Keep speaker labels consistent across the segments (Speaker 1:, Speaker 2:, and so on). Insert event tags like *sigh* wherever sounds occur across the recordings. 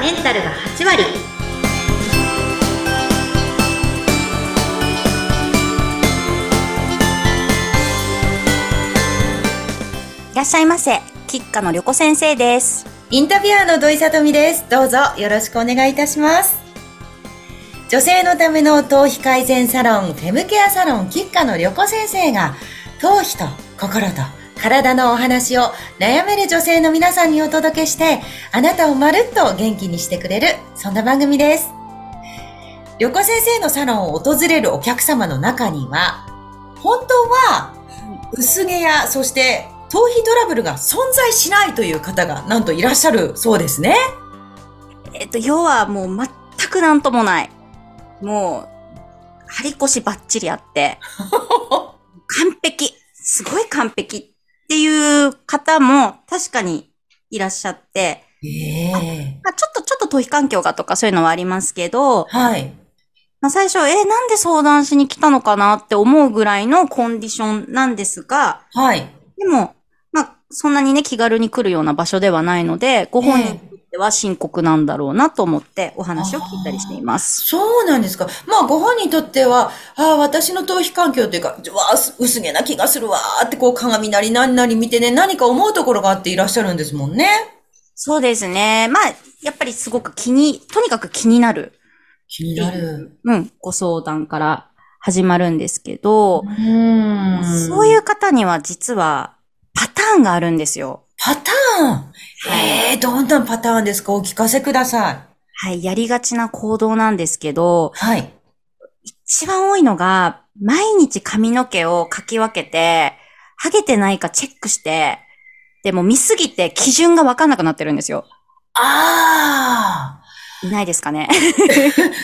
Speaker 1: メンタルが8割
Speaker 2: いらっしゃいませ。キッカの旅子先生です。
Speaker 3: インタビュアーの土井さとみです。どうぞよろしくお願いいたします。女性のための頭皮改善サロン、フェムケアサロン、キッカの旅子先生が、頭皮と心と体のお話を悩める女性の皆さんにお届けして、あなたをまるっと元気にしてくれる、そんな番組です。旅子先生のサロンを訪れるお客様の中には、本当は薄毛やそして頭皮トラブルが存在しないという方がなんといらっしゃるそうです
Speaker 2: *laughs*
Speaker 3: ね。
Speaker 2: えっと、要はもう全くなんともない。もう、張り腰ばっちりあって、完璧すごい完璧っていう方も確かにいらっしゃって、
Speaker 3: ええ
Speaker 2: まあ、ちょっとちょっと頭皮環境がとかそういうのはありますけど、
Speaker 3: はい。
Speaker 2: まあ、最初、えーなんで相談しに来たのかなって思うぐらいのコンディションなんですが、
Speaker 3: はい。
Speaker 2: でも、まあ、そんなにね、気軽に来るような場所ではないので、ご本人にとっては深刻なんだろうなと思ってお話を聞いたりしています。
Speaker 3: そうなんですか。まあ、ご本人にとっては、ああ、私の頭皮環境というか、うわあ、す薄毛な気がするわーって、こう、鏡なり何なり見てね、何か思うところがあっていらっしゃるんですもんね。
Speaker 2: そうですね。まあ、やっぱりすごく気に、とにかく気になる、
Speaker 3: 気になる。
Speaker 2: うん、ご相談から始まるんですけど
Speaker 3: う、ーん。
Speaker 2: そういう方には実はパターンがあるんですよ。
Speaker 3: パターン。ええどんなパターンですかお聞かせください。
Speaker 2: はい、やりがちな行動なんですけど、
Speaker 3: はい。
Speaker 2: 一番多いのが、毎日髪の毛をかき分けて、ハゲてないかチェックして、でも見すぎて基準がわかんなくなってるんですよ。
Speaker 3: ああ。
Speaker 2: いないですかね。 *laughs*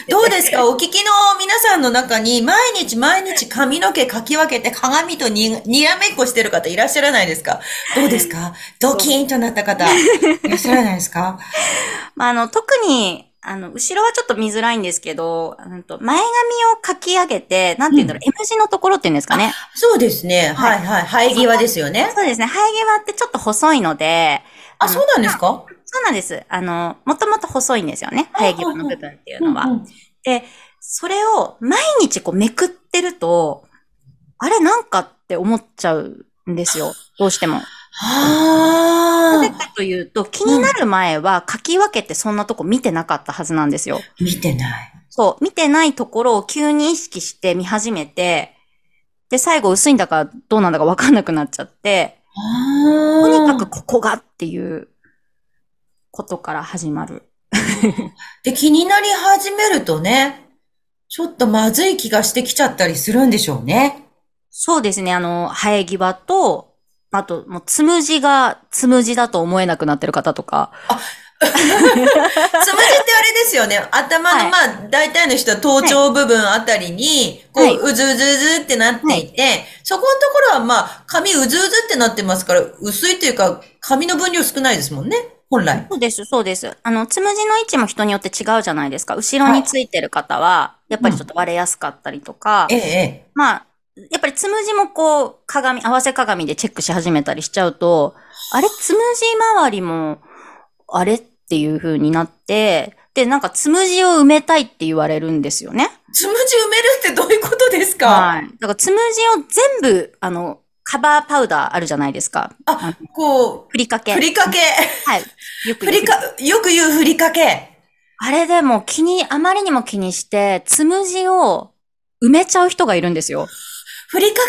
Speaker 3: どうですか *laughs* お聞きの皆さんの中に、毎日毎日髪の毛かき分けて鏡とに、にらめっこしてる方いらっしゃらないですかどうですかドキーンとなった *laughs* 方、いらっしゃらないですか
Speaker 2: まあ、あの、特に、あの、後ろはちょっと見づらいんですけど、うんと前髪をかき上げて、なんて言うんだろう、M 字のところっていうんですかね。
Speaker 3: そうですね。はいはい。生え際ですよね。
Speaker 2: そうですね。生え際ってちょっと細いので、
Speaker 3: あ、そうなんですか
Speaker 2: そうなんです。あの、もともと細いんですよね。生え際の部分っていうのは。
Speaker 3: うん
Speaker 2: で、それを毎日こうめくってると、あれなんかって思っちゃうんですよ。どうしても。なぜ
Speaker 3: あ
Speaker 2: かというと、気になる前は書き分けてそんなとこ見てなかったはずなんですよ。
Speaker 3: ー見てない。
Speaker 2: そう、見てないところを急に意識して見始めて、で、最後薄いんだかどうなんだかわかんなくなっちゃって、
Speaker 3: あー
Speaker 2: とにかくここがっていうことから始まる。
Speaker 3: で、気になり始めるとね、ちょっとまずい気がしてきちゃったりするんでしょうね。
Speaker 2: そうですね。あの、生え際と、あと、もう、つむじが、つむじだと思えなくなってる方とか。
Speaker 3: つむじってあれですよね。頭
Speaker 2: は
Speaker 3: の、
Speaker 2: い
Speaker 3: まあ、大体の人は頭頂部分あたりに、こ、
Speaker 2: はいう
Speaker 3: うずうずうずってなっていて、そこのところはまあ、髪うずうずってなってますから、薄いというか、髪の分量少ないですもんね。本来。
Speaker 2: そうです、そうです。あの、つむじの位置も人によって違うじゃないですか。後ろについてる方は、やっぱりちょっと割れやすかったりとか、
Speaker 3: ええ、ええ。
Speaker 2: まあ、やっぱりつむじもこう、鏡、合わせ鏡でチェックし始めたりしちゃうと、あれ、つむじ周りも、あれっていう風になって、で、なんかつむじを埋めたいって言われるんですよね。
Speaker 3: つむじ埋めるってどういうことですか、
Speaker 2: はい。だから、つむじを全部、あの、カバーパウダーあるじゃないですか。
Speaker 3: あ、こ
Speaker 2: ふりか
Speaker 3: う、
Speaker 2: け。
Speaker 3: ふりかけ。
Speaker 2: はい。よく
Speaker 3: ふ
Speaker 2: 言う
Speaker 3: りか、よく言うふりかけ。
Speaker 2: あれでも気に、あまりにも気にして、つむじを埋めちゃう人がいるんですよ。
Speaker 3: ふりか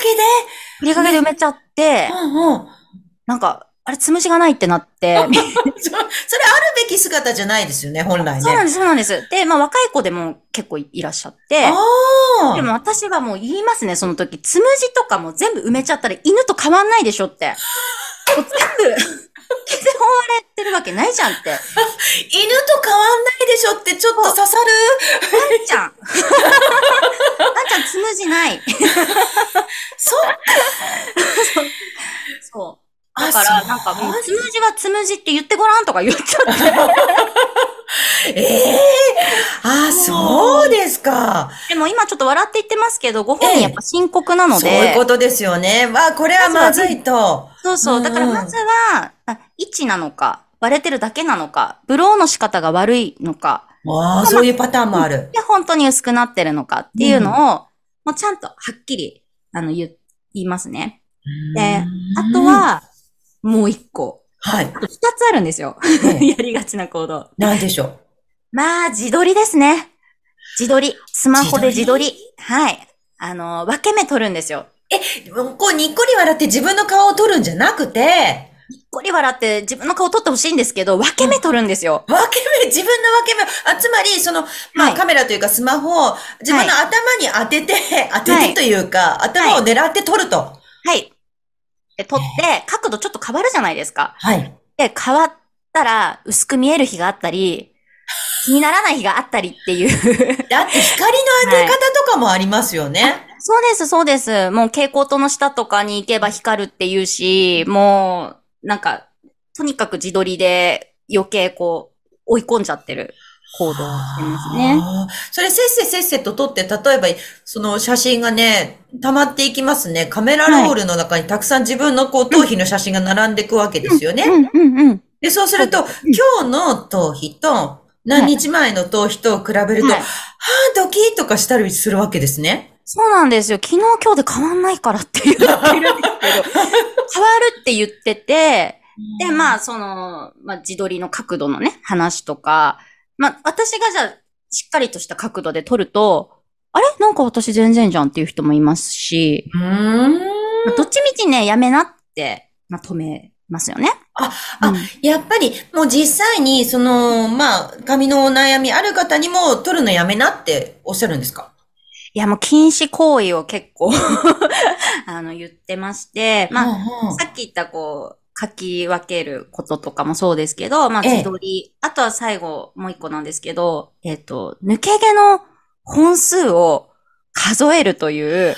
Speaker 2: ふりかけで埋めちゃって
Speaker 3: けで、、うんうん。
Speaker 2: なんか、あれ、つむじがないってなって、
Speaker 3: *laughs* そそれあるべき姿じゃないですよね、本来ね。
Speaker 2: そうなんです、そうなんです。で、まあ、若い子でも結構いらっしゃって、
Speaker 3: ああ。
Speaker 2: でも私はもう言いますね、その時。つむじとかも全部埋めちゃったら犬と変わんないでしょって。もう全部、毛で覆われてるわけないじゃんって。
Speaker 3: 犬と変わんないでしょってちょっと刺さる。
Speaker 2: ワンちゃん。ワンちゃんつむじない。
Speaker 3: そ
Speaker 2: そう。
Speaker 3: あ
Speaker 2: だから、なんかもう、つむじはつむじって言ってごらんとか言っちゃって。
Speaker 3: ええあ、そうですか。
Speaker 2: でも今ちょっと笑って言ってますけど、ご本人やっぱ深刻なの
Speaker 3: そ
Speaker 2: で
Speaker 3: う。いうことですよね。わあ、これはまずいと。
Speaker 2: そうそう。だから
Speaker 3: うんうん
Speaker 2: まずは、あ位置なのか、バレてるだけなのか、ブローの仕方が悪いのか、
Speaker 3: ああ、そういうパターンもある。
Speaker 2: で、本当に薄くなってるのかっていうのを、もうちゃんとはっきり、あの、言、言いますね。であと、は、もう一個。
Speaker 3: はい。
Speaker 2: 二つあるんですよ。
Speaker 3: ね
Speaker 2: やりがちな行動。
Speaker 3: なんでしょう。
Speaker 2: まあ、自撮りですね。自撮り。スマホで自
Speaker 3: 自
Speaker 2: 撮
Speaker 3: 撮
Speaker 2: り。
Speaker 3: り
Speaker 2: はい。あの、分け目取るんですよ。
Speaker 3: こう、にっこり笑って自分の顔を撮るんじゃなくて、 *laughs*
Speaker 2: にっこり笑って自分の顔撮ってほしいんですけど、分け目取るんですよ。
Speaker 3: 分け目、自分の分け目、あ、つまり、その、まあ、
Speaker 2: はい
Speaker 3: カメラというかスマホを自分の頭に当てて、当て
Speaker 2: はい
Speaker 3: てというか、頭を狙って撮ると。
Speaker 2: はい。で撮って、角度ちょっと変わるじゃないですか。
Speaker 3: はい。
Speaker 2: で、変わったら薄く見える日があったり、気にならない日があったりっていう。 *laughs*
Speaker 3: だって光の当て方とかもありますよね。
Speaker 2: そうです、そうです。もう蛍光灯の下とかに行けば光るっていうし、もう、なんか、とにかく自撮りで余計こう、追い込んじゃってる行動をしてますね。
Speaker 3: あーそれせっせせっせと撮って、例えば、その写真がね、溜まっていきますね。カメラロールの中にたくさん自分のこう、頭皮の写真が並んでいくわけですよね。
Speaker 2: うん、うん、うん。
Speaker 3: で、そうすると、今日の頭皮と、何日前の頭皮と比べると、は
Speaker 2: はい
Speaker 3: あ、ドキッとかしたりするわけですね。
Speaker 2: そうなんですよ。昨日今日で変わんないからって言ってる *laughs* んですけど、変わるって言ってて、で、ま
Speaker 3: あ、
Speaker 2: あ、その、まあ、自撮りの角度のね、話とか、まあ、私がじゃあ、しっかりとした角度で撮ると、あれなんか私全然じゃんっていう人もいますし、
Speaker 3: うーん。
Speaker 2: まあどっちみちね、やめなって、まあ、止めますよね。
Speaker 3: あ、
Speaker 2: あ、
Speaker 3: あやっぱり、もう実際に、その、まあ、髪のお悩みある方にも撮るのやめなっておっしゃるんですか
Speaker 2: いや、もう禁止行為を結構、 *laughs* あの、言ってまして、まあ、
Speaker 3: あ
Speaker 2: さっき言ったこう、書き分けることとかもそうですけど、まあ、
Speaker 3: ええ
Speaker 2: 自撮り、あとは最後、もう一個なんですけど、えっ、と、抜け毛の本数を数えるという、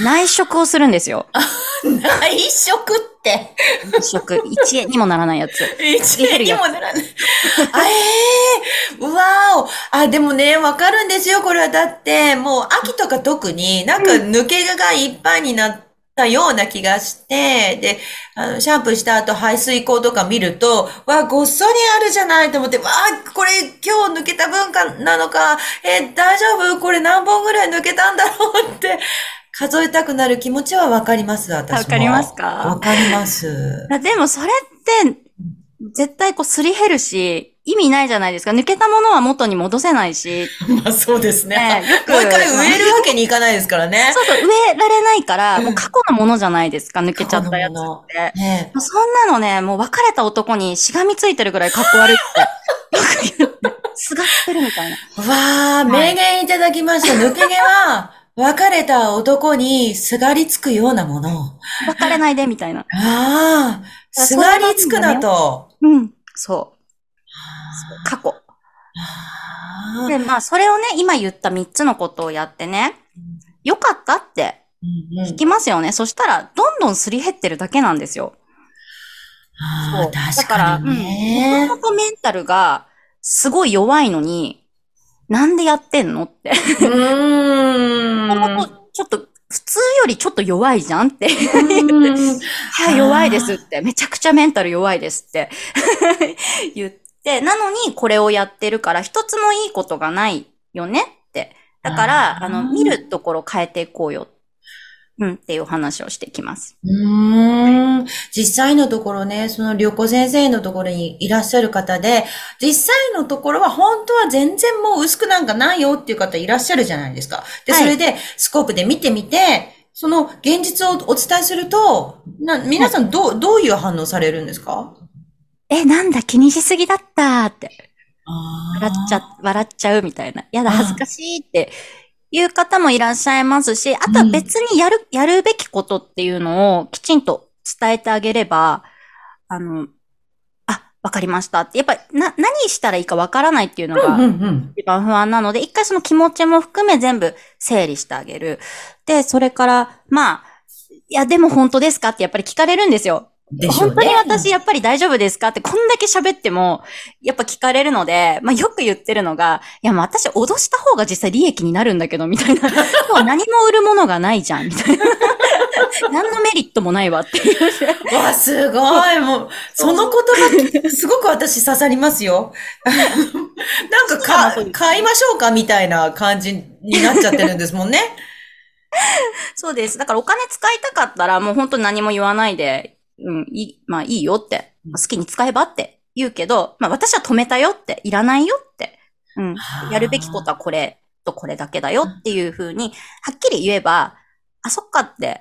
Speaker 2: 内職をするんですよ。 *laughs*
Speaker 3: 内職って。
Speaker 2: 内職。1円にもならないやつ。
Speaker 3: 一円にもならない。 *laughs* あええー、わーお。あ、でもね、わかるんですよ、これは。だって、もう秋とか特になんか抜け毛がいっぱいになったような気がして、で、あの、シャンプーした後排水口とか見ると、わあ、ごっそりあるじゃないと思って、わあ、これ今日抜けた分かなのか、えー大丈夫これ何本ぐらい抜けたんだろうって、数えたくなる気持ちはわかります、私も。
Speaker 2: わかりますか
Speaker 3: わかります。
Speaker 2: あでもそれって、絶対こう、すり減るし、意味ないじゃないですか。抜けたものは元に戻せない
Speaker 3: *laughs*
Speaker 2: し、
Speaker 3: まあそうですね。
Speaker 2: ねよく
Speaker 3: もう一回植えるわけにいかないですからね。
Speaker 2: そうそう、植えられないから、
Speaker 3: うん
Speaker 2: もう過去のものじゃないですか、抜けちゃったやつっ
Speaker 3: 過去のも
Speaker 2: て。
Speaker 3: ね
Speaker 2: もうそんなのね、もう別れた男にしがみついてるぐらいかっこ悪いって。よく言う。すがってるみたいな。
Speaker 3: えわあ、名言いただきました。抜け毛は、別れた男にすがりつくようなもの。
Speaker 2: 別れないでみたいな。
Speaker 3: ああ、すがりつくなと。
Speaker 2: うん。そう。そう過去。
Speaker 3: あー
Speaker 2: で、まあ、それをね、今言った3つのことをやってね、よかったって
Speaker 3: うんう
Speaker 2: 聞
Speaker 3: ん
Speaker 2: きますよね。そしたら、どんどんすり減ってるだけなんですよ。
Speaker 3: あ
Speaker 2: そう
Speaker 3: ー
Speaker 2: だ
Speaker 3: 確
Speaker 2: から
Speaker 3: かにね
Speaker 2: も。ともとメンタルがすごい弱いのに、なんでやってんのって。
Speaker 3: うーん
Speaker 2: もともとちょっと、普通よりちょっと弱いじゃんって。
Speaker 3: うん
Speaker 2: いや、弱いですって。めちゃくちゃメンタル弱いですって *laughs* 言って、なのにこれをやってるから一つもいいことがないよねって。だから、あ
Speaker 3: あー
Speaker 2: の、見るところ変えていこうよ。うんっていう話をしてきます。
Speaker 3: うーん。実際のところね、その旅子先生のところにいらっしゃる方で、実際のところは本当は全然もう薄くなんかないよっていう方いらっしゃるじゃないですか。で、
Speaker 2: はい
Speaker 3: それでスコープで見てみて、その現実をお伝えすると、な、皆さんどう、どういう反応されるんですか
Speaker 2: え、なんだ、気にしすぎだったって。笑っち
Speaker 3: て。
Speaker 2: ゃ、笑っちゃうみたいな。やだ、
Speaker 3: あー
Speaker 2: 恥ずかしいっていう方もいらっしゃいますし、あとは別にやる、やるべきことっていうのをきちんと伝えてあげれば、あの、あ、わかりましたって。やっぱり、な、何したらいいかわからないっていうの
Speaker 3: うんう
Speaker 2: が
Speaker 3: んうん。
Speaker 2: 一番不安なので、一回その気持ちも含め全部整理してあげる。で、それから、まあ、いや、でも本当ですかってやっぱり聞かれるんですよ。
Speaker 3: でしょう
Speaker 2: 本
Speaker 3: ね。
Speaker 2: 当に私やっぱり大丈夫ですかってこんだけ喋っても、やっぱ聞かれるので、まあよく言ってるのが、いやもう私脅した方が実際利益になるんだけど、みたい *laughs* な。今日何も売るものがないじゃん、み *laughs* たいな。何のメリットもないわっていう。
Speaker 3: わ、すごい。もう、その言葉、すごく私刺さります *laughs* よ。なんかか、買いましょうかみたいな感じになっちゃってるんですもんね。 *laughs*
Speaker 2: そうです。だからお金使いたかったらもう本当に何も言わないで、うん、いい、まあいいよって、まあ好きに使えばって言うけど、まあ私は止めたよって、いらないよって、うん、やるべきことはこれとこれだけだよっていうふうに、はっきり言えば、あ、そっかって、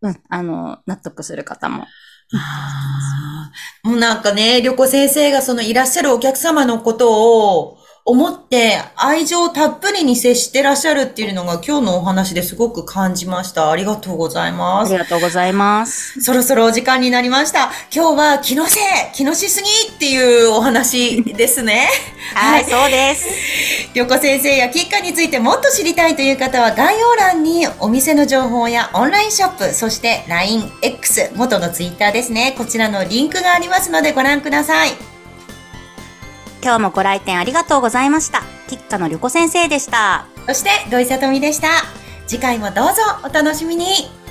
Speaker 2: うん、あの、納得する方も。
Speaker 3: あーもうなんかね、旅子先生がそのいらっしゃるお客様のことを思って愛情たっぷりに接してらっしゃるっていうのが今日のお話ですごく感じました。ありがとうございま
Speaker 2: あり
Speaker 3: す。
Speaker 2: がとうございます。
Speaker 3: そろそろお時間になりました。今日は気のせい、気のしすぎっていうお話ですね。
Speaker 2: はい、そうです。
Speaker 3: 旅子先生やキッカについてもっと知りたいという方は概要欄にお店の情報やオンラインショップ、そして LINEX、元の Twitter ですね。こちらのリンクがありますのでご覧ください。
Speaker 2: 今日もご来店ありがとうございました。キッカの旅子先生でした。
Speaker 3: そして土井さとみでした。次回もどうぞお楽しみに。